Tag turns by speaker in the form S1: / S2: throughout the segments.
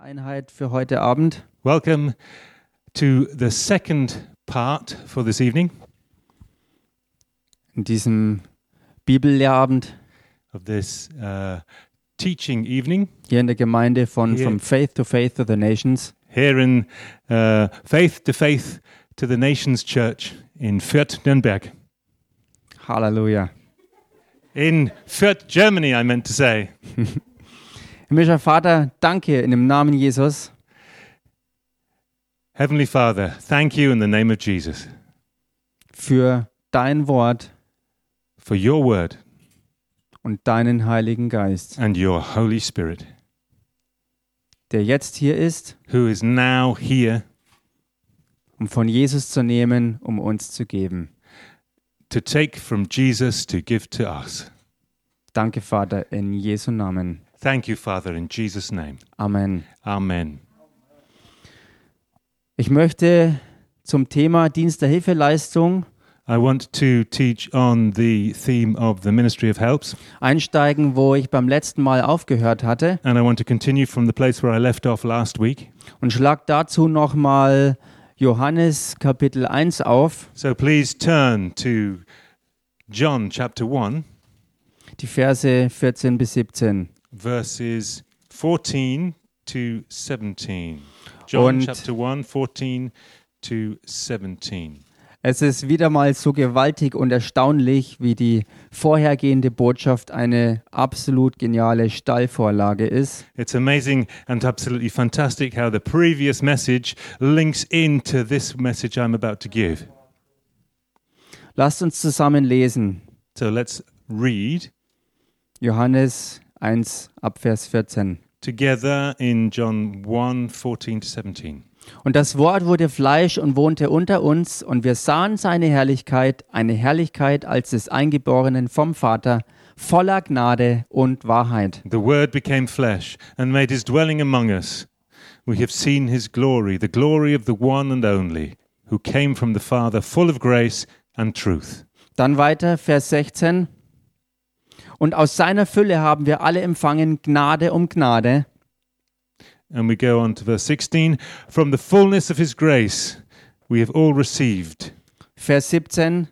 S1: Einheit für heute Abend.
S2: Welcome to the second part for this evening
S1: In diesem Bibellehrabend
S2: of this uh, teaching evening
S1: hier in der Gemeinde von
S2: Hier.
S1: From Faith to Faith to the Nations.
S2: here in uh, Faith to Faith to the Nations Church in Fürth, Nürnberg.
S1: Halleluja.
S2: In Fürth, Germany, I meant to say.
S1: Himmlischer Vater, danke in dem Namen Jesus,
S2: Heavenly Father, thank you in the name of Jesus
S1: für dein Wort
S2: for your word
S1: und deinen Heiligen Geist,
S2: and your Holy Spirit,
S1: der jetzt hier ist,
S2: who is now here
S1: um von Jesus zu nehmen, um uns zu geben.
S2: to take from Jesus to give to us.
S1: Danke, Vater, in Jesu Namen.
S2: Thank you, Father, in Jesus' name.
S1: Amen.
S2: Amen.
S1: Ich möchte zum Thema Dienst der Hilfeleistung
S2: I want to teach on the theme of the Ministry of Helps,
S1: einsteigen, wo ich beim letzten Mal aufgehört hatte
S2: and I want to continue from the place where I left off last week.
S1: und schlag dazu nochmal Johannes Kapitel 1 auf,
S2: So please turn to John chapter 1,
S1: die Verse 14 bis 17.
S2: verses 14 to 17. John
S1: Und-
S2: chapter 1, 14 to 17.
S1: Es ist wieder mal so gewaltig und erstaunlich, wie die vorhergehende Botschaft eine absolut geniale Stallvorlage ist.
S2: It's amazing and absolutely fantastic how the previous message links into this message I'm about to give.
S1: Lasst uns zusammen lesen.
S2: So let's read
S1: Johannes 1 ab Vers 14.
S2: together in John 1 14 to 17.
S1: Und das Wort wurde Fleisch und wohnte unter uns, und wir sahen seine Herrlichkeit, eine Herrlichkeit als des Eingeborenen vom Vater, voller Gnade und Wahrheit.
S2: The Word became flesh and made his dwelling among us. We have seen his glory, the glory of the one and only, who came from the Father, full of grace and truth.
S1: Dann weiter, Vers 16. Und aus seiner Fülle haben wir alle empfangen Gnade um Gnade.
S2: And we go on to verse 16. From the fullness of his grace, we have all received.
S1: Vers 17.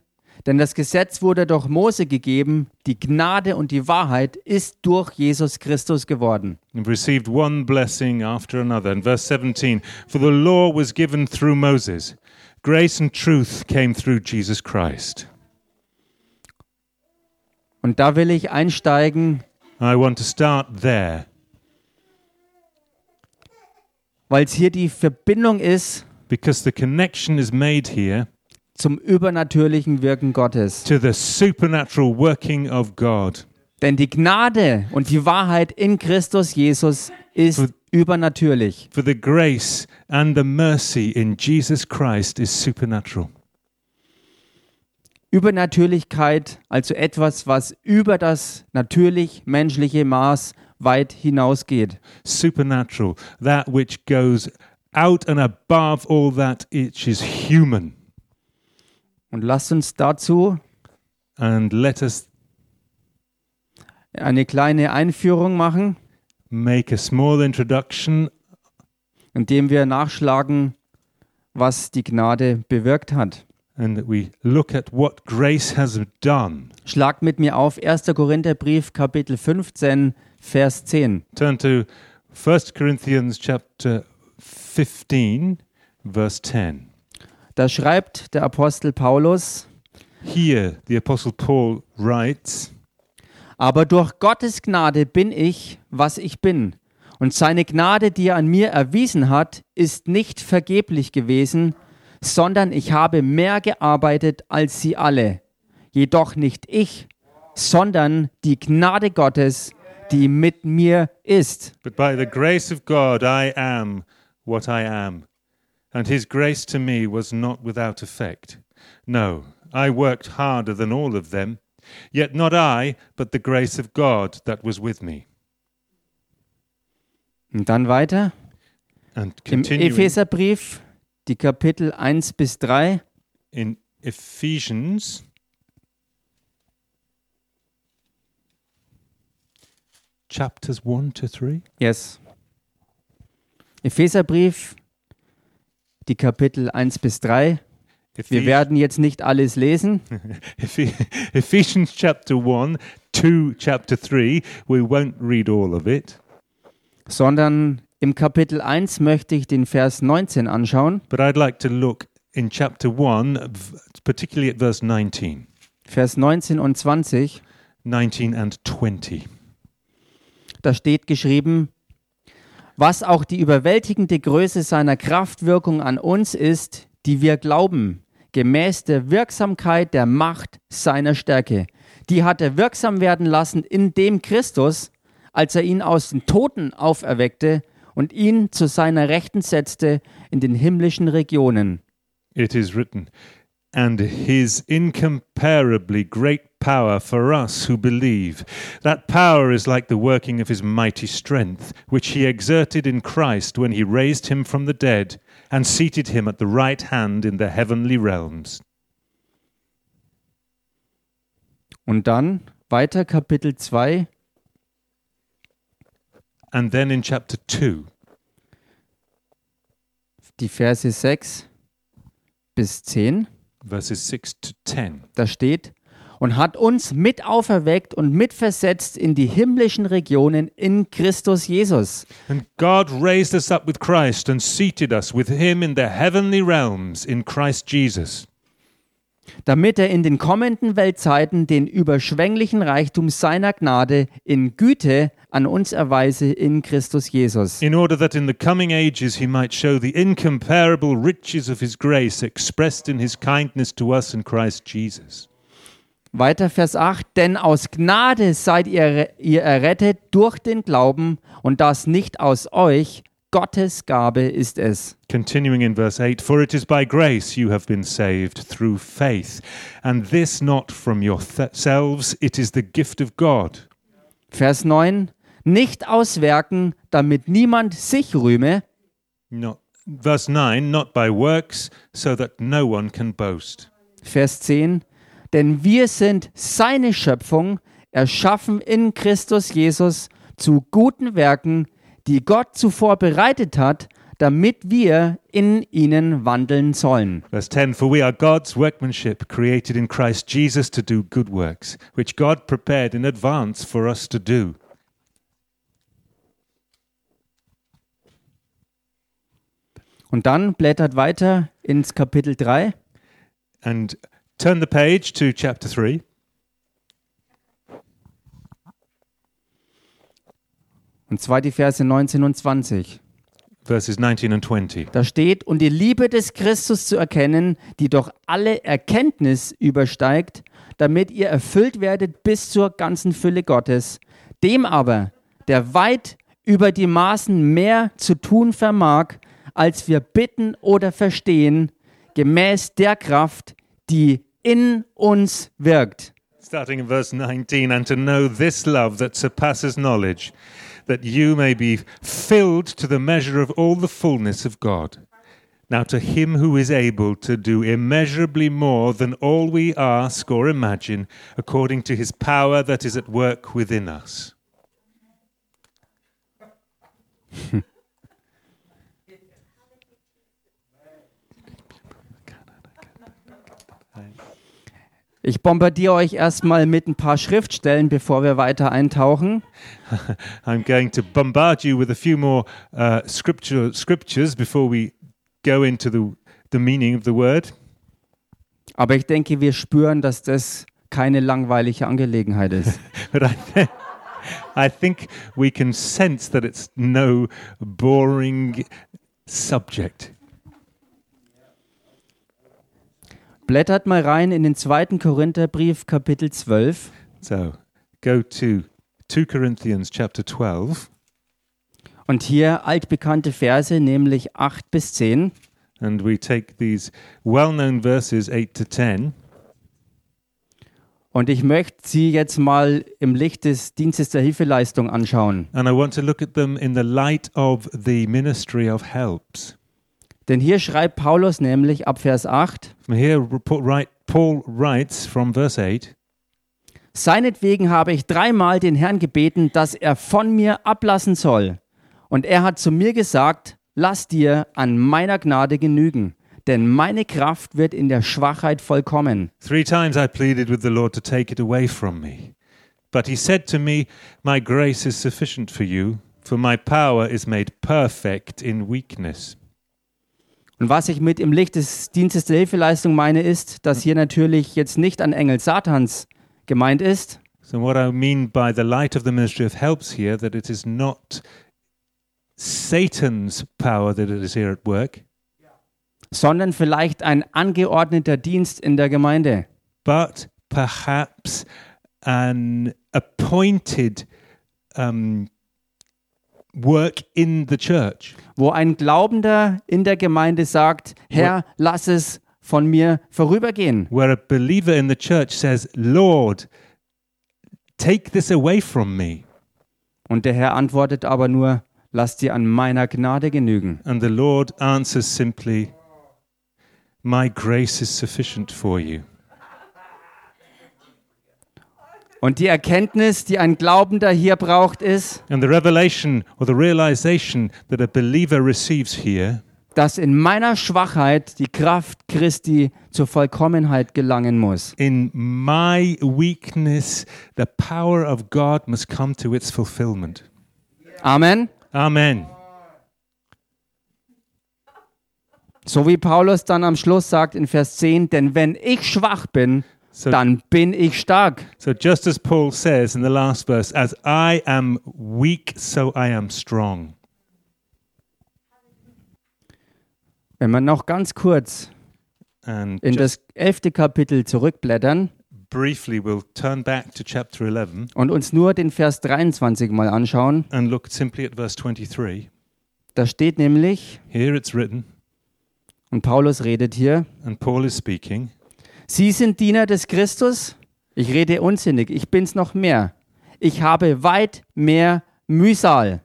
S1: Denn das Gesetz wurde durch Mose gegeben, die Gnade und die Wahrheit ist durch Jesus Christus geworden.
S2: We've received one blessing after another. And verse 17 For the law was given through Moses, grace and truth came through Jesus Christ.
S1: Und da will ich einsteigen
S2: I want to start there
S1: weil es hier die Verbindung ist
S2: because the connection is made here
S1: zum übernatürlichen Wirken Gottes.
S2: to the supernatural working of God.
S1: Denn die Gnade und die Wahrheit in Christus Jesus ist übernatürlich.
S2: For the grace and the mercy in Jesus Christ is supernatural.
S1: Übernatürlichkeit, also etwas, was über das natürlich menschliche Maß weit hinausgeht.
S2: Supernatural, that which goes out and above all that which is human.
S1: Und lasst uns dazu
S2: And let us
S1: eine kleine Einführung machen,
S2: make a small introduction
S1: indem wir nachschlagen, was die Gnade bewirkt hat.
S2: and that we look at what grace has done.
S1: Schlagt mit mir auf 1. Korintherbrief Kapitel 15 Vers 10.
S2: Turn to 1 Corinthians chapter 15 verse 10.
S1: Da schreibt der Apostel Paulus,
S2: Here the apostle Paul writes,
S1: aber durch Gottes Gnade bin ich, was ich bin. Und seine Gnade, die er an mir erwiesen hat, ist nicht vergeblich gewesen, sondern ich habe mehr gearbeitet als sie alle. Jedoch nicht ich, sondern die Gnade Gottes, die mit mir ist.
S2: But by the grace of God I am what I am, and his grace to me was not without effect. No, I worked harder than all of them, yet not I, but the grace of God that was with me.
S1: Und dann weiter
S2: And
S1: im
S2: continuing
S1: Epheserbrief, die Kapitel 1 bis 3.
S2: in Ephesians chapters 1 to 3.
S1: Yes. Epheserbrief, die Kapitel 1 bis 3. Wir
S2: Ephes-
S1: werden jetzt nicht alles lesen.
S2: Ephe- Ephesians chapter 1 to chapter 3. We won't read all of it,
S1: sondern im Kapitel 1 möchte ich den Vers 19 anschauen.
S2: but I'd like to look in chapter 1, v- particularly at verse 19,
S1: Vers 19 und 20,
S2: 19 and 20.
S1: da steht geschrieben, was auch die überwältigende Größe seiner Kraftwirkung an uns ist, die wir glauben, gemäß der Wirksamkeit der Macht seiner Stärke. Die hat er wirksam werden lassen, indem Christus, als er ihn aus den Toten auferweckte und ihn zu seiner Rechten setzte in den himmlischen Regionen.
S2: It is written, and his incomparably great power for us who believe. That power is like the working of his mighty strength, which he exerted in Christ when he raised him from the dead and seated him at the right hand in the heavenly realms.
S1: Und dann weiter Kapitel 2,
S2: And then in chapter 2,
S1: die Verse 6 bis 10,
S2: verses 6 to 10,
S1: da steht, und hat uns mit auferweckt und mitversetzt in die himmlischen Regionen in Christus Jesus,
S2: and God raised us up with Christ and seated us with him in the heavenly realms in Christ Jesus.
S1: damit er in den kommenden Weltzeiten den überschwänglichen Reichtum seiner Gnade in Güte an uns erweise in Christus Jesus.
S2: in order that in the coming ages he might show the incomparable riches of his grace expressed in his kindness to us in Christ Jesus.
S1: Weiter Vers 8, denn aus Gnade seid ihr, ihr errettet durch den Glauben und das nicht aus euch, Gottes Gabe ist es.
S2: Continuing in verse 8 For it is by grace you have been saved through faith, and this not from yourselves, it is the gift of God,
S1: Vers 9, nicht aus Werken, damit niemand sich rühme,
S2: not verse 9 not by works, so that no one can boast.
S1: Vers 10, denn wir sind seine Schöpfung, erschaffen in Christus Jesus zu guten Werken, die Gott zuvor bereitet hat, damit wir in ihnen wandeln sollen.
S2: Verse 10 For we are God's workmanship, created in Christ Jesus to do good works, which God prepared in advance for us to do.
S1: Und dann blättert weiter ins Kapitel 3.
S2: And turn the page to chapter 3,
S1: Und zwar die Verse 19 und 20.
S2: verses 19 and 20.
S1: Da steht, und die Liebe des Christus zu erkennen, die doch alle Erkenntnis übersteigt, damit ihr erfüllt werdet bis zur ganzen Fülle Gottes. Dem aber, der weit über die Maßen mehr zu tun vermag, als wir bitten oder verstehen, gemäß der Kraft, die in uns wirkt.
S2: Starting in verse 19, and to know this love that surpasses knowledge, that you may be filled to the measure of all the fullness of God. Now, to him who is able to do immeasurably more than all we ask or imagine, according to his power that is at work within us.
S1: Ich bombardiere euch erstmal mit ein paar Schriftstellen, bevor wir weiter eintauchen.
S2: I'm going to bombard you with a few more uh, scripture, scriptures before we go into the, the meaning of the word.
S1: Aber ich denke, wir spüren, dass das keine langweilige Angelegenheit ist.
S2: But I, th- I think we can sense that it's no boring subject.
S1: Blättert mal rein in den zweiten Korintherbrief, Kapitel 12.
S2: So go to 2 Corinthians chapter 12
S1: Und hier altbekannte Verse, nämlich 8 bis 10.
S2: and we take these well known verses 8 to 10.
S1: Und ich möchte sie jetzt mal im Licht des Dienstes der Hilfeleistung anschauen.
S2: And I want to look at them in the light of the ministry of helps.
S1: Denn hier schreibt Paulus nämlich ab Vers 8,
S2: From here, report, right, Paul writes from verse 8.
S1: Seinetwegen habe ich dreimal den Herrn gebeten, dass er von mir ablassen soll. Und er hat zu mir gesagt, Lass dir an meiner Gnade genügen, denn meine Kraft wird in der Schwachheit vollkommen.
S2: Three times I pleaded with the Lord to take it away from me. But he said to me, My grace is sufficient for you, for my power is made perfect in weakness.
S1: Und was ich mit im Licht des Dienstes der Hilfeleistung meine, ist, dass hier natürlich jetzt nicht ein Engel Satans gemeint ist,
S2: So, what I mean by the light of the ministry of helps here, that it is not Satan's power that it is here at work,
S1: sondern vielleicht ein angeordneter Dienst in der Gemeinde.
S2: but perhaps an appointed um, work in the church.
S1: wo ein Glaubender in der Gemeinde sagt, Herr, lass es von mir vorübergehen.
S2: where a believer in the church says, Lord, take this away from me.
S1: Und der Herr antwortet aber nur, lass dir an meiner Gnade genügen.
S2: And the Lord answers simply, My grace is sufficient for you.
S1: Und die Erkenntnis, die ein Glaubender hier braucht, ist,
S2: And the revelation or the realization that a believer receives here
S1: dass in meiner Schwachheit die Kraft Christi zur Vollkommenheit gelangen muss.
S2: in my weakness, the power of God must come to its fulfillment.
S1: Amen.
S2: Amen.
S1: So wie Paulus dann am Schluss sagt in Vers 10, denn wenn ich schwach bin,
S2: So-
S1: dann bin ich stark.
S2: So, just as Paul says in the last verse, as I am weak, so I am strong.
S1: Wenn wir noch ganz kurz
S2: And
S1: in das elfte Kapitel zurückblättern,
S2: briefly we'll turn back to chapter 11
S1: und uns nur den Vers 23 mal anschauen.
S2: and look simply at verse 23
S1: Da steht nämlich,
S2: here it's written
S1: und Paulus redet hier,
S2: and paul is speaking
S1: Sie sind Diener des Christus? Ich rede unsinnig, ich bin's noch mehr. Ich habe weit mehr Mühsal.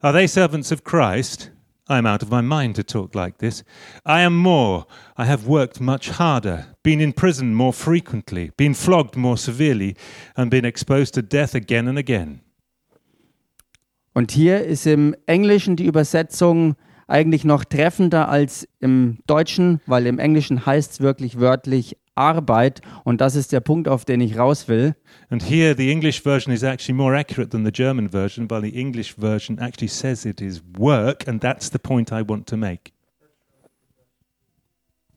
S2: are they servants of christ i am out of my mind to talk like this i am more i have worked much harder been in prison more frequently been flogged more severely and been exposed to death again and again
S1: Und hier ist im Englischen die Übersetzung eigentlich noch treffender als im Deutschen, weil im Englischen heißt es wirklich wörtlich Arbeit. Und das ist der Punkt, auf den ich raus will.
S2: and here the english version is actually more accurate than the german version while the english version actually says it is work and that's the point i want to make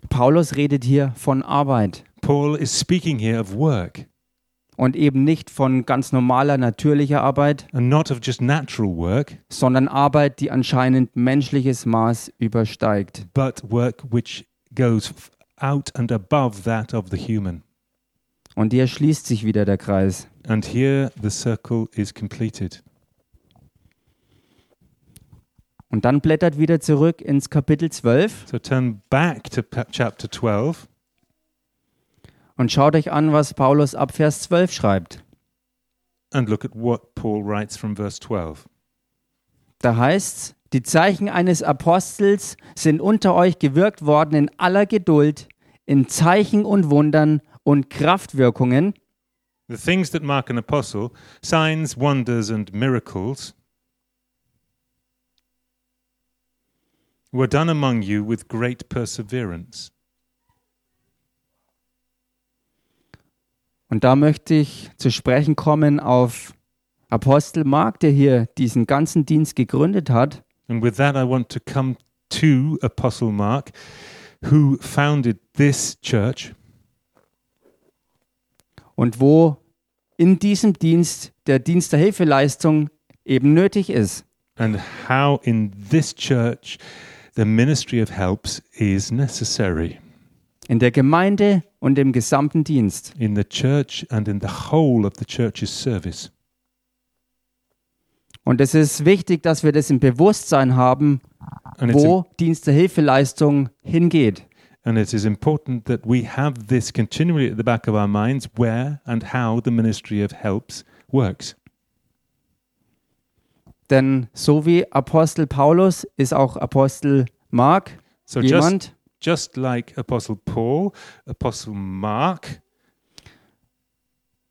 S1: Paulus redet hier von Arbeit
S2: paul is speaking here of work
S1: und eben nicht von ganz normaler, natürlicher Arbeit,
S2: and not of just natural work,
S1: sondern Arbeit, die anscheinend menschliches Maß übersteigt.
S2: but work which goes f- out and above that of the human.
S1: Und hier schließt sich wieder der Kreis.
S2: And here the circle is completed.
S1: Und dann blättert wieder zurück ins Kapitel 12
S2: So turn back to pa- chapter 12
S1: und schaut euch an, was Paulus ab Vers 12 schreibt.
S2: and look at what Paul writes from verse 12.
S1: Da heißt's, die Zeichen eines Apostels sind unter euch gewirkt worden in aller Geduld, in Zeichen und Wundern und Kraftwirkungen.
S2: The things that mark an apostle signs, wonders, and miracles were done among you with great perseverance.
S1: Und da möchte ich zu sprechen kommen auf Apostel Mark, der hier diesen ganzen Dienst gegründet hat.
S2: And with that, I want to come to Apostle Mark, who founded this church
S1: und wo in diesem Dienst der Dienst der Hilfeleistung eben nötig ist.
S2: and how in this church the ministry of helps is necessary
S1: In der Gemeinde und im gesamten Dienst.
S2: in the church and in the whole of the church's service.
S1: Und es ist wichtig, dass wir das im Bewusstsein haben,
S2: And it's,
S1: wo Dienst der Hilfeleistung hingeht.
S2: and it is important that we have this continually at the back of our minds where and how the ministry of helps works.
S1: Denn so wie Apostel Paulus ist auch Apostel Mark
S2: So just,
S1: jemand,
S2: just like Apostle Paul, Apostle Mark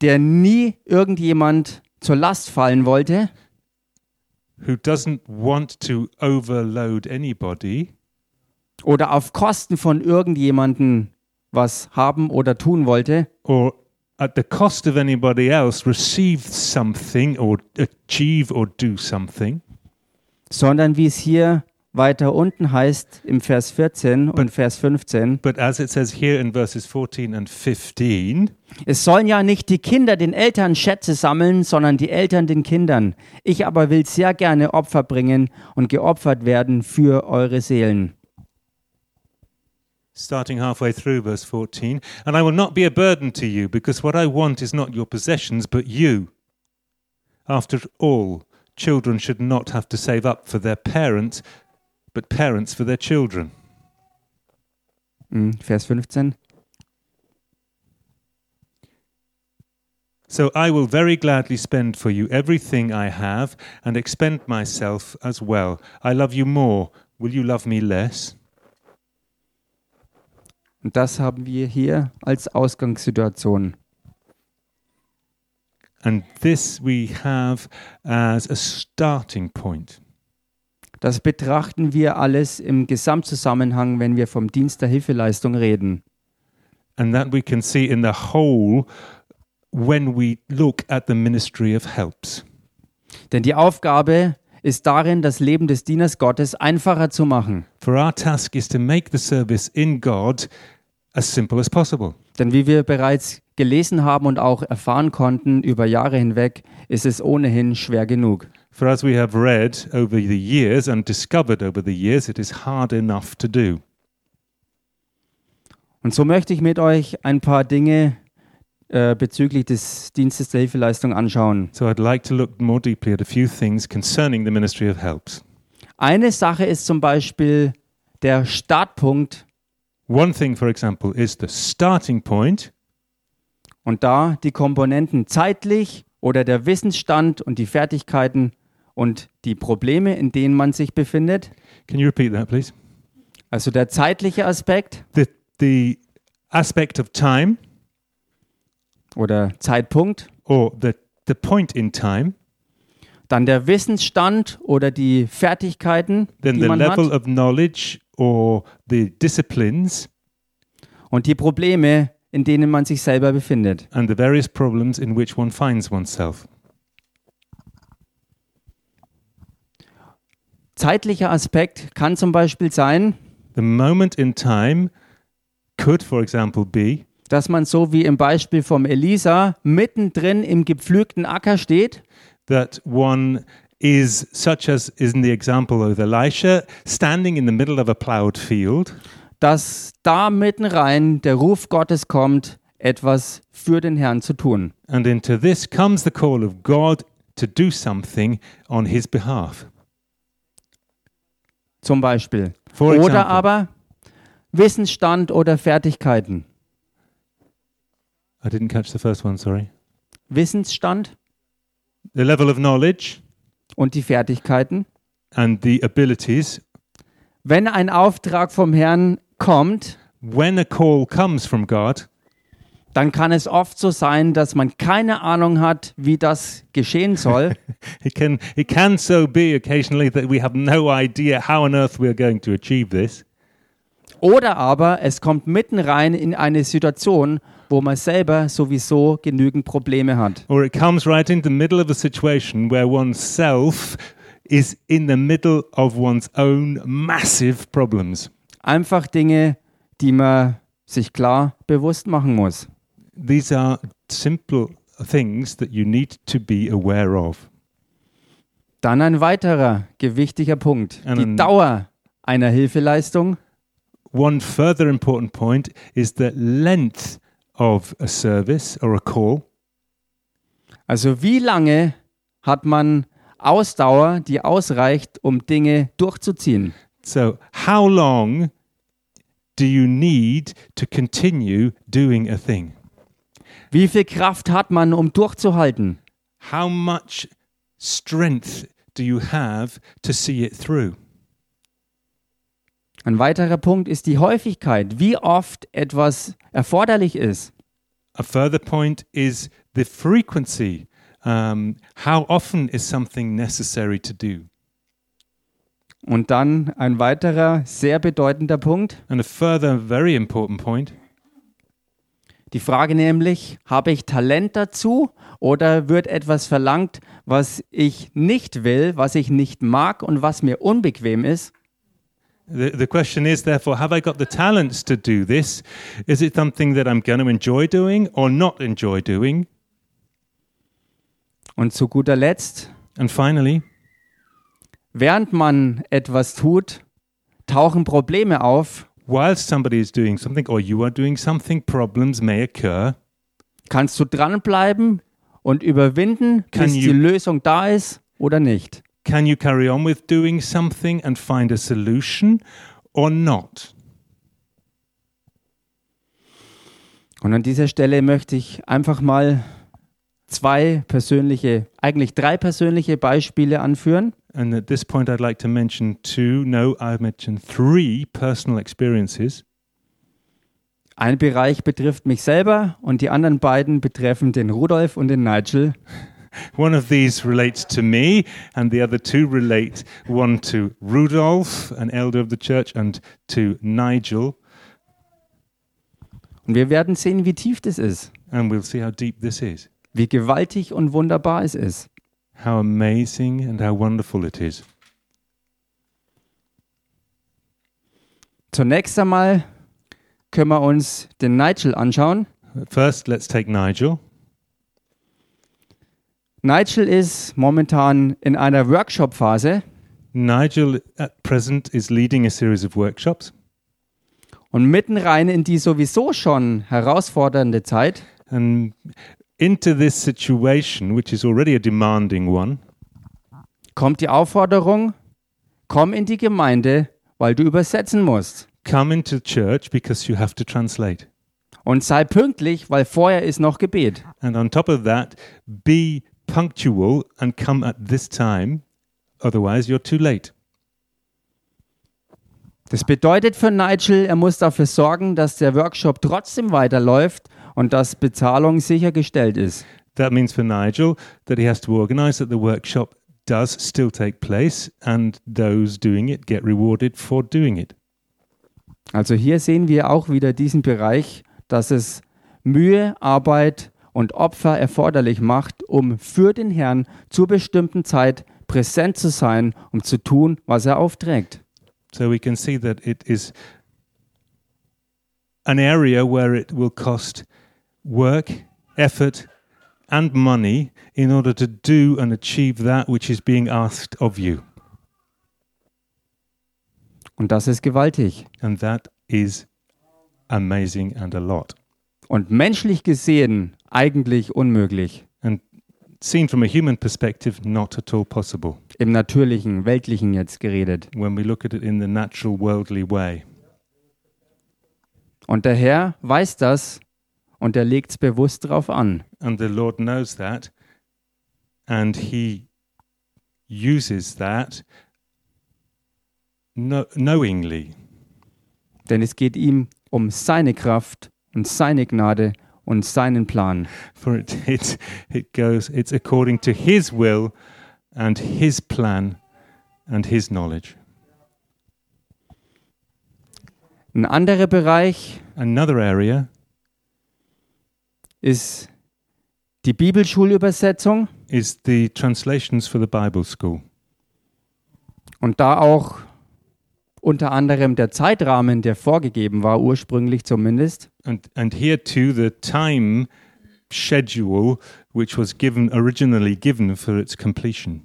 S1: der nie irgendjemand zur Last fallen wollte,
S2: who doesn't want to overload anybody,
S1: oder auf Kosten von irgendjemanden was haben oder tun wollte
S2: or at the cost of anybody else, receive something or achieve or do something,
S1: sondern wie es hier weiter unten heißt im Vers 14 und Vers 15.
S2: But as it says here in verses 14 and 15,
S1: Es sollen ja nicht die Kinder den Eltern Schätze sammeln, sondern die Eltern den Kindern. Ich aber will sehr gerne Opfer bringen und geopfert werden für eure Seelen.
S2: starting halfway through verse 14, and I will not be a burden to you, because what I want is not your possessions, but you. After all, children should not have to save up for their parents, but parents for their children.
S1: Hm, Vers 15.
S2: So I will very gladly spend for you everything I have and expend myself as well. I love you more. Will you love me less?
S1: Und das haben wir hier als Ausgangssituation.
S2: And this we have as a starting point.
S1: Das betrachten wir alles im Gesamtzusammenhang, wenn wir vom Dienst der Hilfeleistung reden.
S2: And that we can see in the whole when we look at the ministry of helps.
S1: Denn die Aufgabe ist darin, das Leben des Dieners Gottes einfacher zu machen.
S2: For our task is to make the service in God as simple as possible.
S1: Denn wie wir bereits gelesen haben und auch erfahren konnten über Jahre hinweg, ist es ohnehin schwer genug.
S2: For as we have read over the years and discovered over the years, it is hard enough to do.
S1: Und so möchte ich mit euch ein paar Dinge äh, bezüglich des Dienstes der Hilfeleistung anschauen.
S2: So I'd like to look more deeply at a few things concerning the ministry of helps.
S1: Eine Sache ist zum Beispiel der Startpunkt
S2: One thing, for example, is the starting point,
S1: und da die Komponenten zeitlich oder der Wissensstand und die Fertigkeiten und die Probleme, in denen man sich befindet,
S2: Can you repeat that, please?
S1: also der zeitliche Aspekt
S2: The the aspect of time
S1: oder Zeitpunkt,
S2: or the the point in time,
S1: dann der Wissensstand oder die Fertigkeiten,
S2: then
S1: die
S2: the
S1: man
S2: level
S1: hat
S2: of knowledge or the disciplines
S1: und die Probleme, in denen man sich selber befindet.
S2: and the various problems in which one finds oneself.
S1: Zeitlicher Aspekt kann zum Beispiel sein,
S2: The moment in time could, for example, be
S1: dass man so wie im Beispiel vom Elisa mittendrin im gepflügten Acker steht
S2: that one is such as is in the example of Elisha, standing in the middle of a ploughed field.
S1: dass da mitten rein der Ruf Gottes kommt, etwas für den Herrn zu tun.
S2: And into this comes the call of God to do something on his behalf.
S1: Zum Beispiel.
S2: For
S1: Oder
S2: example,
S1: aber Wissensstand oder Fertigkeiten.
S2: I didn't catch the first one, sorry.
S1: Wissensstand
S2: The level of knowledge
S1: und die Fertigkeiten.
S2: and the abilities.
S1: Wenn ein Auftrag vom Herrn kommt,
S2: When a call comes from God,
S1: dann kann es oft so sein, dass man keine Ahnung hat, wie das geschehen soll.
S2: it can, it can so be occasionally that we have no idea how on earth we are going to achieve this.
S1: Oder aber es kommt mitten rein in eine Situation, wo man selber sowieso genügend Probleme hat.
S2: Or it comes right in the middle of a situation where oneself is in the middle of one's own massive problems.
S1: Einfach Dinge, die man sich klar bewusst machen muss.
S2: These are simple things that you need to be aware of.
S1: Dann ein weiterer gewichtiger Punkt, die
S2: Einen-
S1: Dauer einer Hilfeleistung
S2: One further important point is the length of a service or a call.
S1: Also wie lange hat man Ausdauer, die ausreicht, um Dinge durchzuziehen?
S2: So, how long do you need to continue doing a thing?
S1: Wie viel Kraft hat man, um durchzuhalten?
S2: How much strength do you have to see it through?
S1: Ein weiterer Punkt ist die Häufigkeit, wie oft etwas erforderlich ist.
S2: A further point is the frequency Um, how often is something necessary to do?
S1: Und dann ein weiterer sehr bedeutender Punkt.
S2: And a further very important point
S1: Die Frage nämlich, habe ich Talent dazu oder wird etwas verlangt, was ich nicht will, was ich nicht mag und was mir unbequem ist?
S2: The, the question is, therefore, have I got the talents to do this? Is it something that I'm going to enjoy doing or not enjoy doing?
S1: Und zu guter Letzt,
S2: And finally,
S1: während man etwas tut, tauchen Probleme auf.
S2: whilst somebody is doing something or you are doing something, problems may occur.
S1: Kannst du dranbleiben und überwinden,
S2: Can
S1: bis die
S2: you-
S1: Lösung da ist oder nicht?
S2: Can you carry on with doing something and find a solution or not?
S1: Und an dieser Stelle möchte ich einfach mal zwei persönliche, eigentlich drei persönliche Beispiele anführen.
S2: And at this point, I'd like to mention two, no, I've mentioned three personal experiences.
S1: Ein Bereich betrifft mich selber und die anderen beiden betreffen den Rudolf und den Nigel.
S2: One of these relates to me, and the other two relate one to Rudolf, an elder of the church, and to Nigel.
S1: Und wir werden sehen, wie tief das ist,
S2: And we'll see how deep this is,
S1: wie gewaltig und wunderbar es ist.
S2: how amazing and how wonderful it is.
S1: Zunächst einmal können wir uns den Nigel anschauen.
S2: First, let's take Nigel.
S1: Nigel ist momentan in einer Workshop-Phase
S2: Nigel at present is leading a series of workshops,
S1: und mitten rein in die sowieso schon herausfordernde Zeit
S2: and into this situation, which is already a demanding one,
S1: kommt die Aufforderung, komm in die Gemeinde, weil du übersetzen musst.
S2: come into church because you have to translate.
S1: Und sei pünktlich, weil vorher ist noch Gebet.
S2: And on top of that, be punctual and come at this time, otherwise, you're too late.
S1: Das bedeutet für Nigel, er muss dafür sorgen, dass der Workshop trotzdem weiterläuft und dass Bezahlung sichergestellt ist.
S2: That means for Nigel that he has to organize that the workshop does still take place and those doing it get rewarded for doing it.
S1: Also hier sehen wir auch wieder diesen Bereich, dass es Mühe, Arbeit und Opfer erforderlich macht, um für den Herrn zur bestimmten Zeit präsent zu sein, um zu tun, was er aufträgt.
S2: So we can see that it is an area where it will cost work, effort, and money in order to do and achieve that which is being asked of you.
S1: Und das ist gewaltig.
S2: And that is amazing and a lot.
S1: Und menschlich gesehen eigentlich unmöglich.
S2: And seen from a human perspective, not at all possible
S1: Im natürlichen, weltlichen jetzt geredet.
S2: when we look at it in the natural, worldly way.
S1: Und der Herr weiß das und er legt es bewusst drauf an.
S2: And the Lord knows that. And He uses that kno- knowingly
S1: Denn es geht ihm um seine Kraft und seine Gnade und seinen Plan.
S2: for it, it it goes it's according to his will and his plan and his knowledge
S1: Ein anderer Bereich
S2: another area
S1: ist die Bibelschulübersetzung
S2: is the translations for the bible school
S1: und da auch unter anderem der Zeitrahmen, der vorgegeben war, ursprünglich zumindest.
S2: and and here too the time schedule which was given originally given for its completion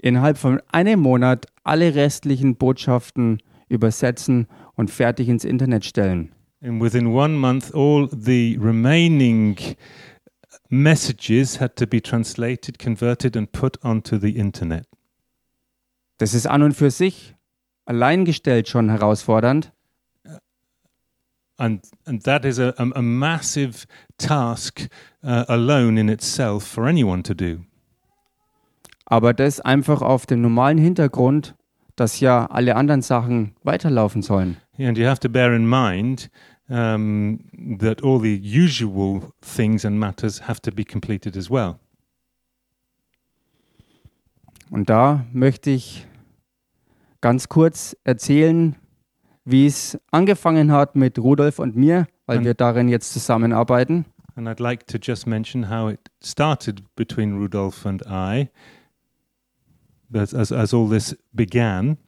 S1: innerhalb von einem Monat alle restlichen Botschaften übersetzen und fertig ins Internet stellen.
S2: and within one month all the remaining messages had to be translated converted and put onto the internet
S1: Das ist an und für sich alleingestellt schon herausfordernd,
S2: and and that is a, a, a massive task uh, alone in itself for anyone to do.
S1: aber das einfach auf dem normalen Hintergrund, dass ja alle anderen Sachen weiterlaufen sollen.
S2: And you have to bear in mind um, that all the usual things and matters have to be completed as well.
S1: Und da möchte ich ganz kurz erzählen, wie es angefangen hat mit Rudolf und mir, weil
S2: Mhm.
S1: wir darin jetzt zusammenarbeiten.
S2: And I'd like to just mention how it started between Rudolf and I, that as, as all this began.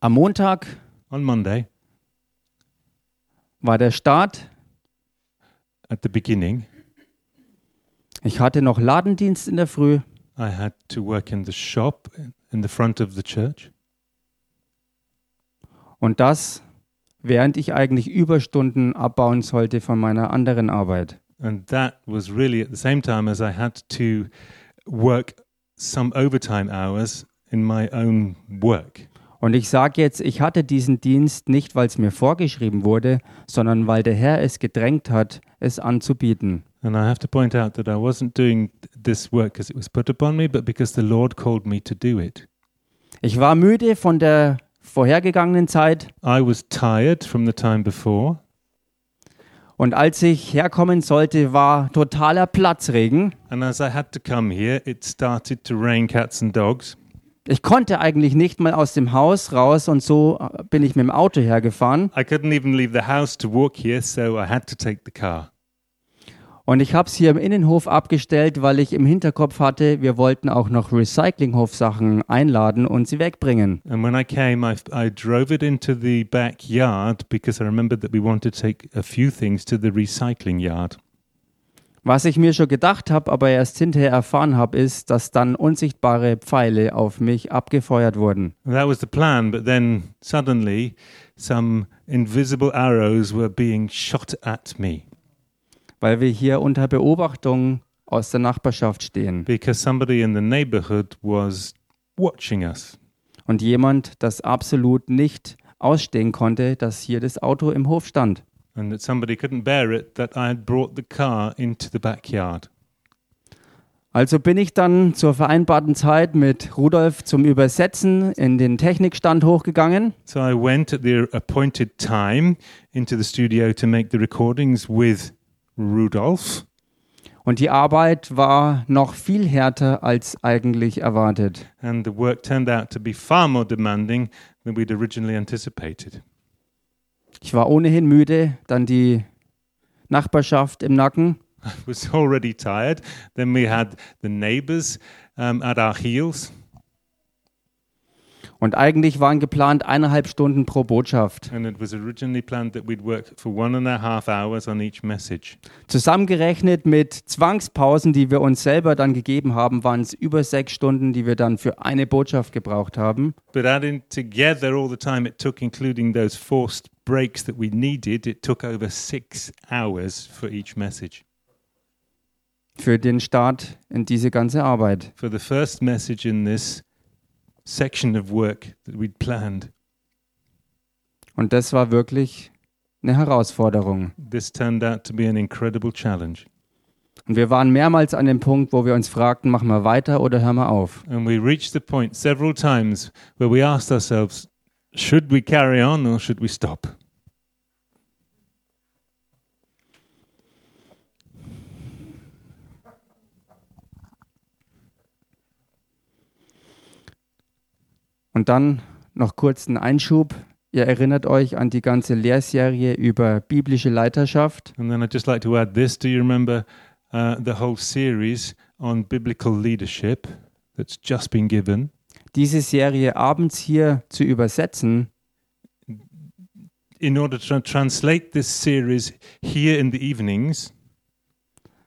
S1: Am Montag
S2: On Monday,
S1: war der Start.
S2: at the beginning,
S1: Ich hatte noch Ladendienst in der Früh
S2: I had to work in the shop in the front of the church,
S1: und das, während ich eigentlich Überstunden abbauen sollte von meiner anderen Arbeit.
S2: and that was really at the same time as I had to work some overtime hours in my own work.
S1: Und ich sage jetzt, ich hatte diesen Dienst nicht, weil es mir vorgeschrieben wurde, sondern weil der Herr es gedrängt hat, es anzubieten.
S2: And I have to point out that I wasn't doing th- this work because it was put upon me, but because the Lord called me to do it.
S1: Ich war müde von der vorhergegangenen Zeit
S2: I was tired from the time before,
S1: und als ich herkommen sollte, war totaler Platzregen.
S2: and as I had to come here, it started to rain cats and dogs.
S1: Ich konnte eigentlich nicht mal aus dem Haus raus und so äh, bin ich mit dem Auto hergefahren.
S2: I couldn't even leave the house to walk here, so I had to take the car.
S1: Und ich habe es hier im Innenhof abgestellt, weil ich im Hinterkopf hatte, wir wollten auch noch Recyclinghofsachen einladen und sie wegbringen.
S2: And when I came, I, I drove it into the backyard because I remembered that we wanted to take a few things to the recycling yard.
S1: Was ich mir schon gedacht habe, aber erst hinterher erfahren habe, ist, dass dann unsichtbare Pfeile auf mich abgefeuert wurden.
S2: And that was the plan, but then suddenly some invisible arrows were being shot at me
S1: weil wir hier unter Beobachtung aus der Nachbarschaft stehen
S2: because somebody in the neighborhood was watching us.
S1: und jemand das absolut nicht ausstehen konnte, dass hier das Auto im Hof stand.
S2: And that somebody couldn't bear it that I had brought the car into the backyard.
S1: Also bin ich dann zur vereinbarten Zeit mit Rudolf zum Übersetzen in den Technikstand hochgegangen
S2: So I went at the appointed time into the studio to make the recordings with Rudolph.
S1: und die Arbeit war noch viel härter als eigentlich erwartet.
S2: and the work turned out to be far more demanding than we'd originally anticipated.
S1: Ich war ohnehin müde, dann die Nachbarschaft im Nacken
S2: I was already tired. Then we had the neighbors um, at our heels,
S1: und eigentlich waren geplant eineinhalb Stunden pro Botschaft.
S2: and it was originally planned that we'd work for one and a half hours on each message.
S1: Zusammengerechnet mit Zwangspausen, die wir uns selber dann gegeben haben, waren es über sechs Stunden, die wir dann für eine Botschaft gebraucht haben.
S2: But adding together all the time it took, including those forced breaks that we needed, it took over six hours for each message.
S1: Für den Start in diese ganze Arbeit.
S2: For the first message in this section of work that we'd planned,
S1: Und das war wirklich eine Herausforderung.
S2: this turned out to be an incredible challenge.
S1: Und wir waren mehrmals an dem Punkt, wo wir uns fragten, machen wir weiter oder hören wir auf.
S2: And we reached the point several times where we asked ourselves, should we carry on or should we stop?
S1: Und dann noch kurz einen Einschub. Ihr erinnert euch an die ganze Lehrserie über biblische Leiterschaft.
S2: And then I'd just like to add this. Do you remember uh, the whole series on biblical leadership that's just been given?
S1: Diese Serie abends hier zu übersetzen,
S2: In order to tra- translate this series here in the evenings,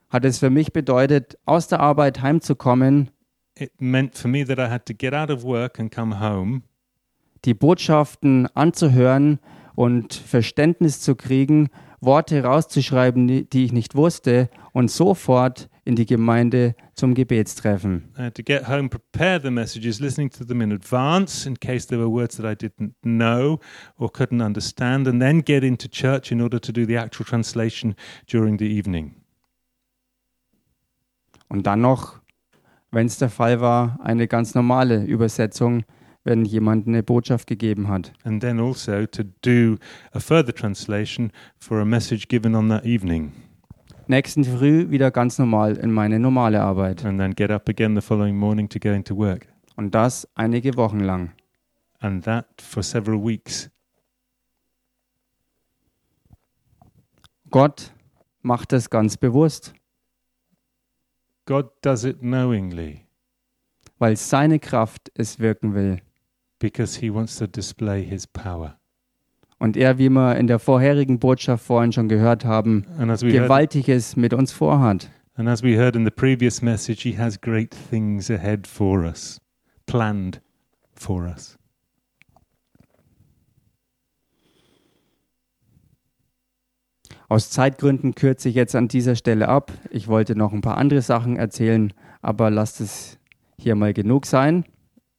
S1: hat es für mich bedeutet, aus der Arbeit heimzukommen,
S2: it meant for me that I had to get out of work and come home
S1: die Botschaften anzuhören und Verständnis zu kriegen, Worte rauszuschreiben, die die ich nicht wusste, und sofort in die Gemeinde zum Gebetstreffen.
S2: I had uh, to get home, prepare the messages, listening to them in advance in case there were words that I didn't know or couldn't understand, and then get into church in order to do the actual translation during the evening.
S1: Und dann noch, wenn es der Fall war, eine ganz normale Übersetzung wenn jemand eine Botschaft gegeben hat.
S2: and then also to do a further translation for a message given on that evening,
S1: Nächsten Früh wieder ganz normal in meine normale Arbeit.
S2: and then get up again the following morning to go into work,
S1: Und das einige Wochen lang.
S2: and that for several weeks.
S1: Gott macht das ganz bewusst,
S2: God does it knowingly
S1: weil seine Kraft es wirken will.
S2: because He wants to display His power.
S1: Und er, wie wir in der vorherigen Botschaft vorhin schon gehört haben,
S2: And as we heard,
S1: Gewaltiges mit uns vorhat.
S2: and as we heard in the previous message, He has great things ahead for us, planned for us.
S1: Aus Zeitgründen kürze ich jetzt an dieser Stelle ab. Ich wollte noch ein paar andere Sachen erzählen, aber lasst es hier mal genug sein.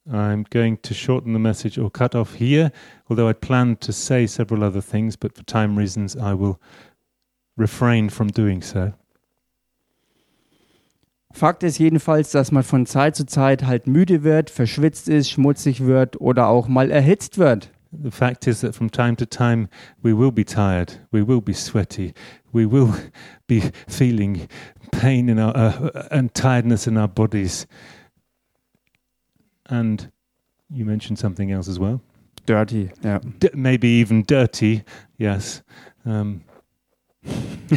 S2: I'm going to shorten the message or cut off here, although I planned to say several other things, but for time reasons I will refrain from doing so.
S1: Fakt ist jedenfalls, dass man von Zeit zu Zeit halt müde wird, verschwitzt ist, schmutzig wird oder auch mal erhitzt wird.
S2: The fact is that from time to time we will be tired, we will be sweaty, we will be feeling pain in our uh, and tiredness in our bodies. And you mentioned something else as well,
S1: Dirty, ja.
S2: D- maybe even dirty. Yes, um,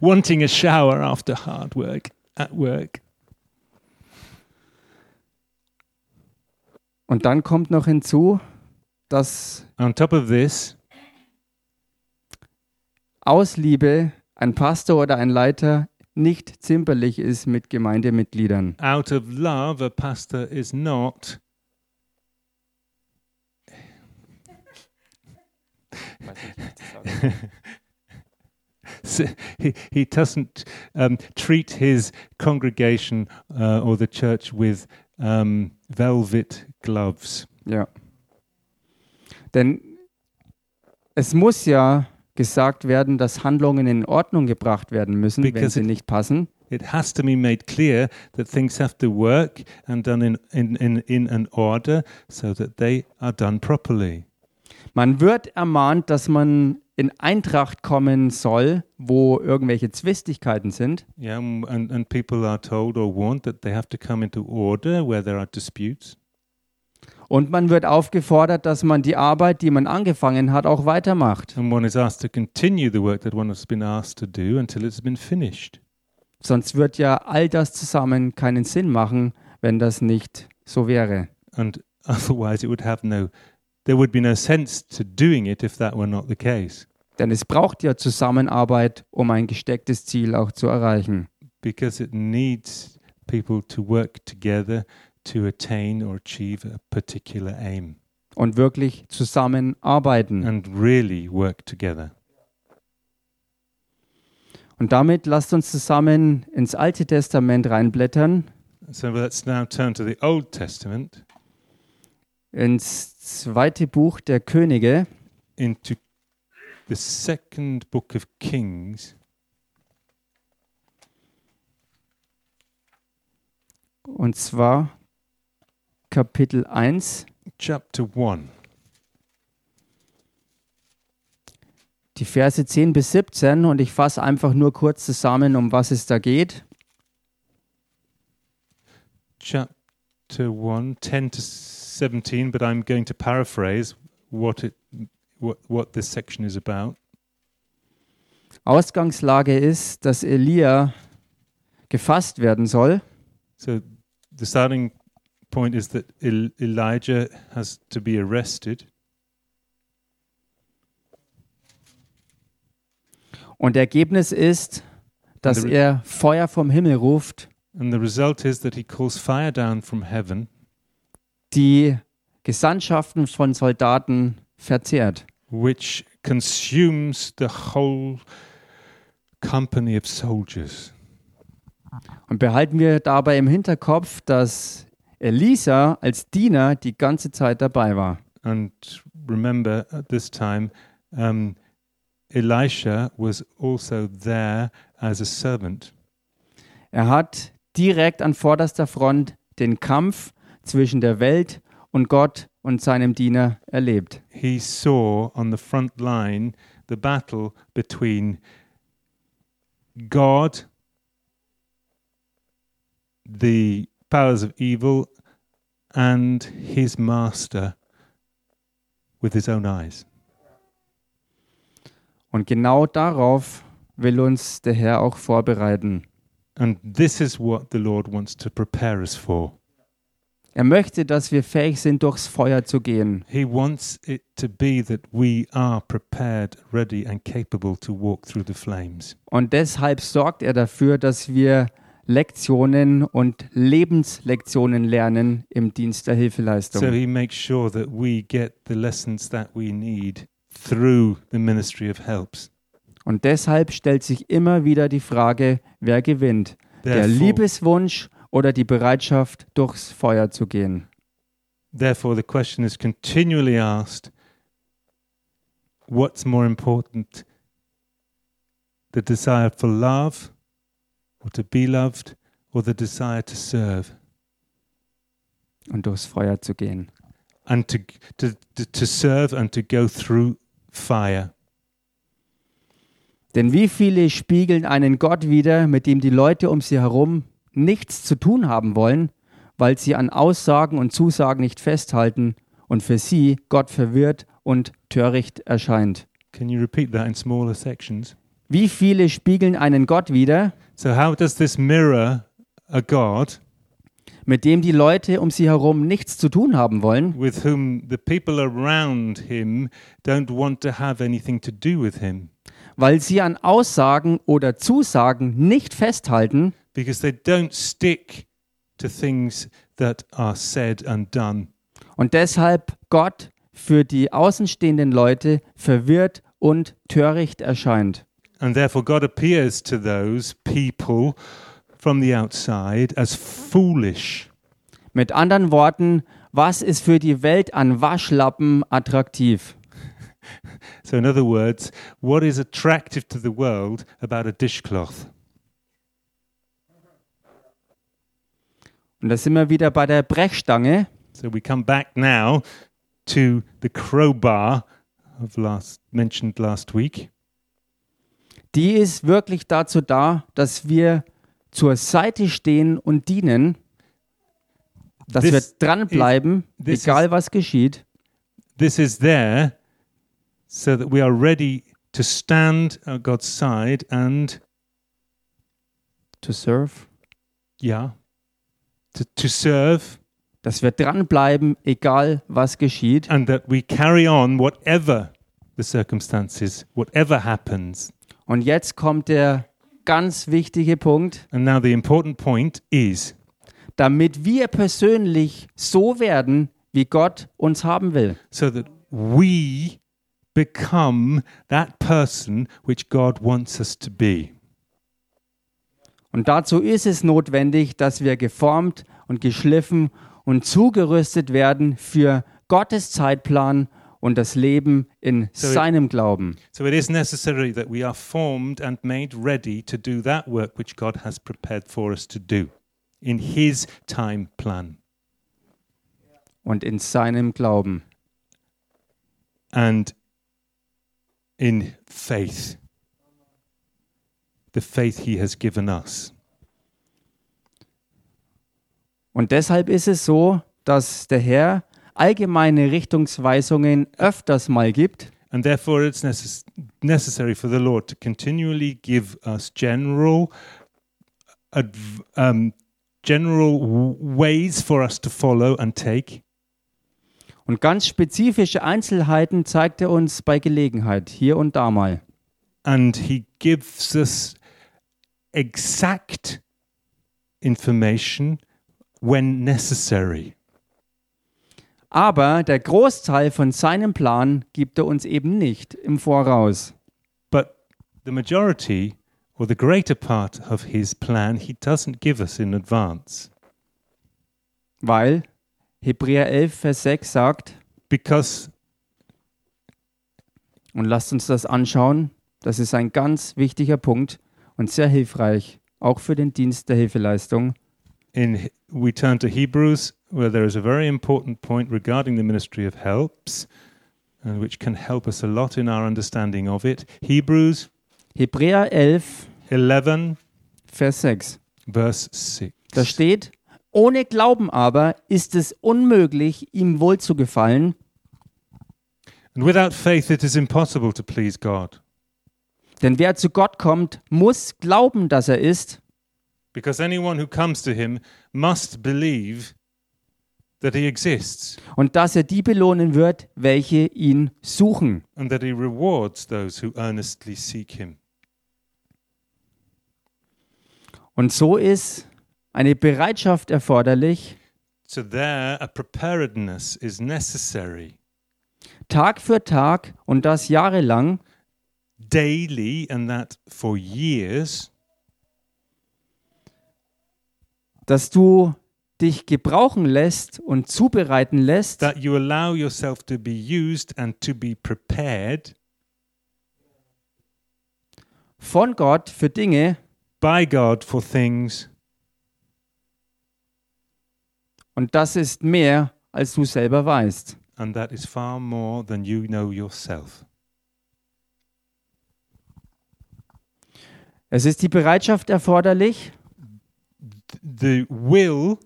S2: wanting a shower after hard work at work.
S1: Und dann kommt noch hinzu, dass
S2: On top of this,
S1: aus Liebe ein Pastor oder ein Leiter nicht zimperlich ist mit Gemeindemitgliedern.
S2: out of love, a pastor is not. So he, he doesn't um, treat his congregation uh, or the church with um, velvet gloves.
S1: Ja. Denn es muss ja gesagt werden, dass Handlungen in Ordnung gebracht werden müssen, wenn
S2: Because
S1: sie
S2: it-
S1: nicht passen.
S2: It has to be made clear that things have to work and done in, in, in, in an order so that they are done properly.
S1: Man wird ermahnt, dass man in Eintracht kommen soll, wo irgendwelche Zwistigkeiten sind.
S2: Yeah, and, and and people are told or warned that they have to come into order where there are disputes.
S1: Und man wird aufgefordert, dass man die Arbeit, die man angefangen hat, auch weitermacht.
S2: And one is asked to continue the work that one has been asked to do until it's been finished.
S1: Sonst wird ja all das zusammen keinen Sinn machen, wenn das nicht so wäre.
S2: And otherwise, it would have no, there would be no sense to doing it if that were not the case.
S1: Denn es braucht ja Zusammenarbeit, um ein gestecktes Ziel auch zu erreichen.
S2: Because it needs people to work together to attain or achieve a particular aim
S1: Und wirklich zusammenarbeiten.
S2: and really work together.
S1: Und damit lasst uns zusammen ins Alte Testament reinblättern,
S2: So let's now turn to the Old Testament,
S1: ins zweite Buch der Könige.
S2: into the second book of Kings.
S1: Und zwar Kapitel 1,
S2: chapter 1,
S1: die Verse 10 bis 17. Und ich fasse einfach nur kurz zusammen, um was es da geht.
S2: chapter 1, 10 to 17, but I'm going to paraphrase what it what what this section is about.
S1: Ausgangslage ist, dass Elia gefasst werden soll.
S2: So the starting point is that El- Elijah has to be arrested
S1: Und Ergebnis ist, dass
S2: Der-
S1: er Feuer vom Himmel ruft,
S2: and the result is that he calls fire down from heaven
S1: die Gesandtschaften von Soldaten verzehrt.
S2: which consumes the whole company of soldiers.
S1: Und behalten wir dabei im Hinterkopf, dass Elisa als Diener die ganze Zeit dabei war.
S2: And remember, at this time, um, Elisha was also there as a servant.
S1: Er hat direkt an vorderster Front den Kampf zwischen der Welt und Gott und seinem Diener erlebt.
S2: He saw on the front line the battle between God, the powers of evil, and his master with his own eyes.
S1: Und genau darauf will uns der Herr auch vorbereiten.
S2: And this is what the Lord wants to prepare us for.
S1: Er möchte, dass wir fähig sind, durchs Feuer zu gehen.
S2: He wants it to be that we are prepared, ready, and capable to walk through the flames.
S1: Und deshalb sorgt er dafür, dass wir Lektionen und Lebenslektionen lernen im Dienst der Hilfeleistung.
S2: So he makes sure that we get the lessons that we need through the ministry of helps.
S1: Und deshalb stellt sich immer wieder die Frage, wer gewinnt, der
S2: Therefore-
S1: Liebeswunsch oder die Bereitschaft, durchs Feuer zu gehen.
S2: Therefore, the question is continually asked what's more important, the desire for love or to be loved, or the desire to serve?
S1: Und durchs Feuer zu gehen.
S2: and to, to, to, to serve and to go through fire.
S1: Denn wie viele spiegeln einen Gott wider, mit dem die Leute um sie herum nichts zu tun haben wollen, weil sie an Aussagen und Zusagen nicht festhalten und für sie Gott verwirrt und töricht erscheint.
S2: Can you repeat that in smaller sections?
S1: Wie viele spiegeln einen Gott wider,
S2: So, how does this mirror a God
S1: mit dem die Leute um sie herum nichts zu tun haben wollen,
S2: with whom the people around him don't want to have anything to do with him
S1: weil sie an Aussagen oder Zusagen nicht festhalten,
S2: because they don't stick to things that are said and done?
S1: und deshalb Gott für die außenstehenden Leute verwirrt und töricht erscheint.
S2: And therefore, God appears to those people from the outside as foolish.
S1: Mit anderen Worten, was ist für die Welt an Waschlappen attraktiv?
S2: So, in other words, what is attractive to the world about a dishcloth?
S1: Und da sind wir wieder bei der Brechstange.
S2: So, we come back now to the crowbar of last mentioned last week.
S1: Die ist wirklich dazu da, dass wir zur Seite stehen und dienen, dass
S2: This
S1: wir dranbleiben,
S2: is- this
S1: egal was geschieht.
S2: This is there so that we are ready to stand at God's side and,
S1: To serve.
S2: yeah, to, to serve,
S1: Dass wir dranbleiben, egal was geschieht.
S2: and that we carry on whatever the circumstances, whatever happens.
S1: Und jetzt kommt der ganz wichtige Punkt,
S2: And now, the important point is
S1: damit wir persönlich so werden, wie Gott uns haben will.
S2: so that we become that person which God wants us to be.
S1: Und dazu ist es notwendig, dass wir geformt und geschliffen und zugerüstet werden für Gottes Zeitplan und das Leben in
S2: So-
S1: seinem Glauben.
S2: So it is necessary that we are formed and made ready to do that work which God has prepared for us to do in His time plan.
S1: Und in seinem Glauben.
S2: and in faith. The faith he has given us.
S1: Und deshalb ist es so, dass der Herr allgemeine Richtungsweisungen öfters mal gibt,
S2: And therefore, it's necess- necessary for the Lord to continually give us general, adv- um, general w- ways for us to follow and take.
S1: Und ganz spezifische Einzelheiten zeigt er uns bei Gelegenheit, hier und da mal.
S2: And he gives us exact information when necessary.
S1: Aber der Großteil von seinem Plan gibt er uns eben nicht im Voraus.
S2: But the majority or the greater part of his plan he doesn't give us in advance
S1: Weil Hebräer 11, Vers 6 sagt,
S2: because
S1: und lasst uns das anschauen, das ist ein ganz wichtiger Punkt und sehr hilfreich, auch für den Dienst der Hilfeleistung.
S2: in we turn to Hebrews, where there is a very important point regarding the ministry of helps, and which can help us a lot in our understanding of it. Hebrews
S1: Hebräer 11,
S2: 11,
S1: Vers 6.
S2: verse 6.
S1: Da steht, ohne Glauben aber ist es unmöglich, ihm wohlzugefallen,
S2: And without faith, it is impossible to please God,
S1: denn wer zu Gott kommt, muss glauben, dass er ist
S2: because anyone who comes to him must believe that he exists
S1: und dass er die belohnen wird, welche ihn suchen.
S2: and that he rewards those who earnestly seek him.
S1: Und so ist eine Bereitschaft erforderlich,
S2: So, there, a preparedness is necessary
S1: Tag für Tag und das jahrelang
S2: daily, and that for years,
S1: dass du dich gebrauchen lässt und zubereiten lässt,
S2: that you allow yourself to be used and to be prepared
S1: von Gott für Dinge
S2: by God for things
S1: und das ist mehr, als du selber weißt.
S2: and that is far more than you know yourself.
S1: Es ist die Bereitschaft erforderlich,
S2: The will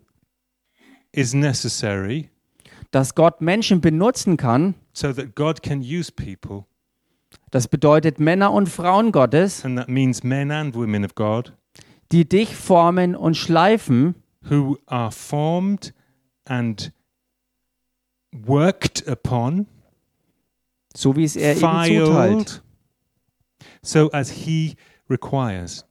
S2: is necessary
S1: dass Gott Menschen benutzen kann.
S2: so that God can use people,
S1: Das bedeutet Männer und Frauen Gottes,
S2: and that means men and women of God
S1: die dich formen und schleifen,
S2: who are formed and worked upon,
S1: so wie es er eben zuteilt.
S2: filed, so as He requires.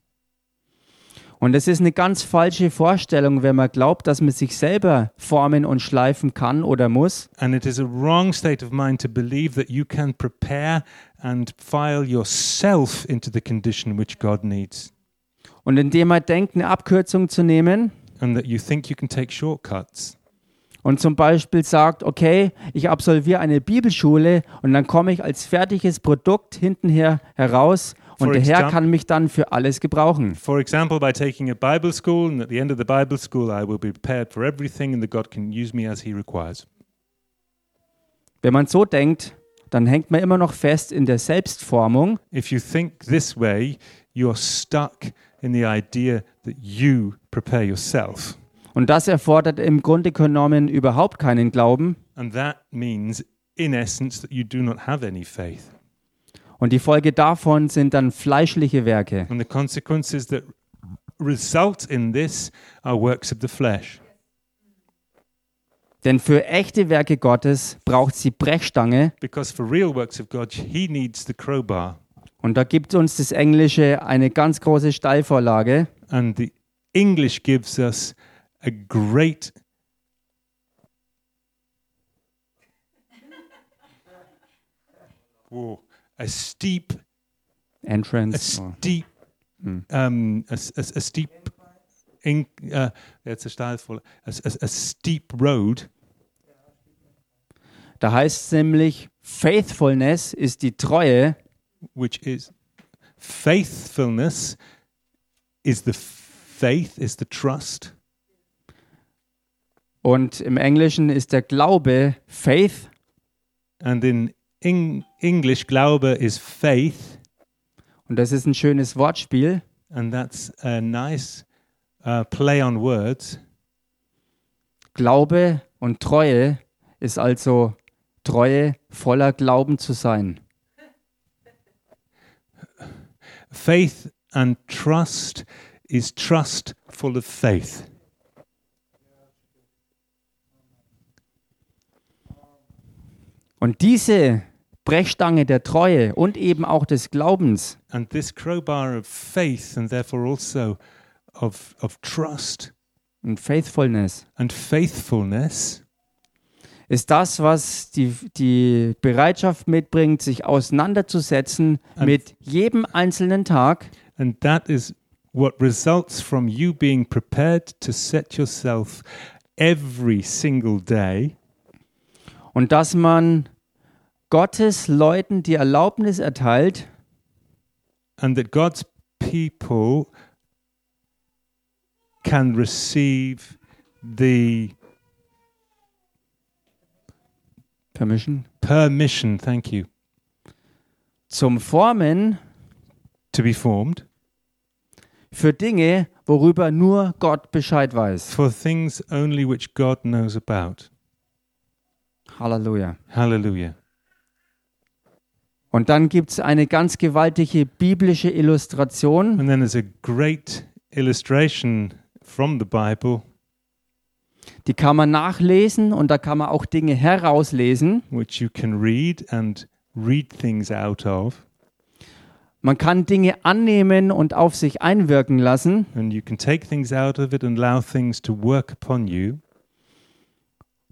S1: Und es ist eine ganz falsche Vorstellung, wenn man glaubt, dass man sich selber formen und schleifen kann oder muss.
S2: And it is a wrong state of mind to believe that you can prepare and file yourself into the condition which God needs,
S1: Und indem man denkt, eine Abkürzung zu nehmen
S2: and that you think you can take shortcuts.
S1: und zum Beispiel sagt, okay, ich absolviere eine Bibelschule und dann komme ich als fertiges Produkt hintenher heraus und
S2: For
S1: der Herr
S2: example-
S1: kann mich dann für alles gebrauchen.
S2: For example, by taking a Bible school, and at the end of the Bible school, I will be prepared for everything, and that God can use me as He requires.
S1: Wenn man so denkt, dann hängt man immer noch fest in der Selbstformung
S2: If you think this way, you're stuck in the idea that you prepare yourself.
S1: und das erfordert im Grunde genommen überhaupt keinen Glauben
S2: And that means, in essence, that you do not have any faith.
S1: und die Folge davon sind dann fleischliche Werke.
S2: And the consequences that result in this are works of the flesh.
S1: Denn für echte Werke Gottes braucht sie Brechstange
S2: Because for real works of God, He needs the crowbar.
S1: und da gibt uns das Englische eine ganz große Steilvorlage.
S2: And the English gives us a great. Whoa, a steep a
S1: Entrance. Oh.
S2: steep, um, a, s- a s- a steep, in, uh, it's a style for a, s- a s- a steep road.
S1: Da heißt es nämlich, Faithfulness ist die Treue
S2: which is faithfulness is the faith is the trust
S1: und im Englischen ist der Glaube Faith
S2: and in Eng- english glaube is faith
S1: und das ist ein schönes Wortspiel.
S2: and that's a nice uh, play on words
S1: Glaube und Treue ist also Treue voller Glauben zu sein.
S2: faith and trust is trust full of faith
S1: Und diese Brechstange der Treue und eben auch des Glaubens,
S2: and this crowbar of faith and therefore also of of trust
S1: und Faithfulness
S2: and faithfulness
S1: ist das, was die, die Bereitschaft mitbringt, sich auseinanderzusetzen mit jedem einzelnen Tag
S2: And that is what results from you being prepared to set yourself every single day
S1: und dass man Gottes Leuten die Erlaubnis erteilt,
S2: and that God's people can receive the
S1: Permission.
S2: permission, thank you,
S1: Zum Formen
S2: to be formed
S1: für Dinge, worüber nur Gott Bescheid weiß.
S2: for things only which God knows about.
S1: Halleluja.
S2: Hallelujah.
S1: Und dann gibt es eine ganz gewaltige biblische Illustration.
S2: And then there's a great illustration from the Bible,
S1: Die kann man nachlesen und da kann man auch Dinge herauslesen.
S2: which you can read and read things out of,
S1: Man kann Dinge annehmen und auf sich einwirken lassen.
S2: and you can take things out of it and allow things to work upon you.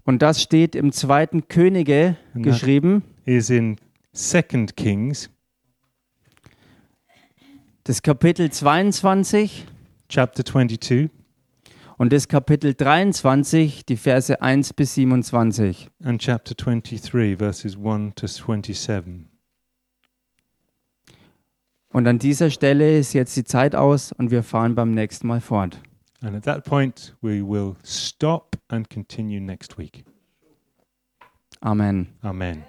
S1: Und das steht im zweiten Könige
S2: Na.
S1: geschrieben.
S2: Is in Second Kings
S1: Das Kapitel 22
S2: chapter 22
S1: und das Kapitel 23, die Verse 1 bis 27.
S2: and chapter 23, verses 1 to 27.
S1: Und an dieser Stelle ist jetzt die Zeit aus und wir fahren beim nächsten Mal fort.
S2: And at that point, we will stop and continue next week.
S1: Amen.
S2: Amen.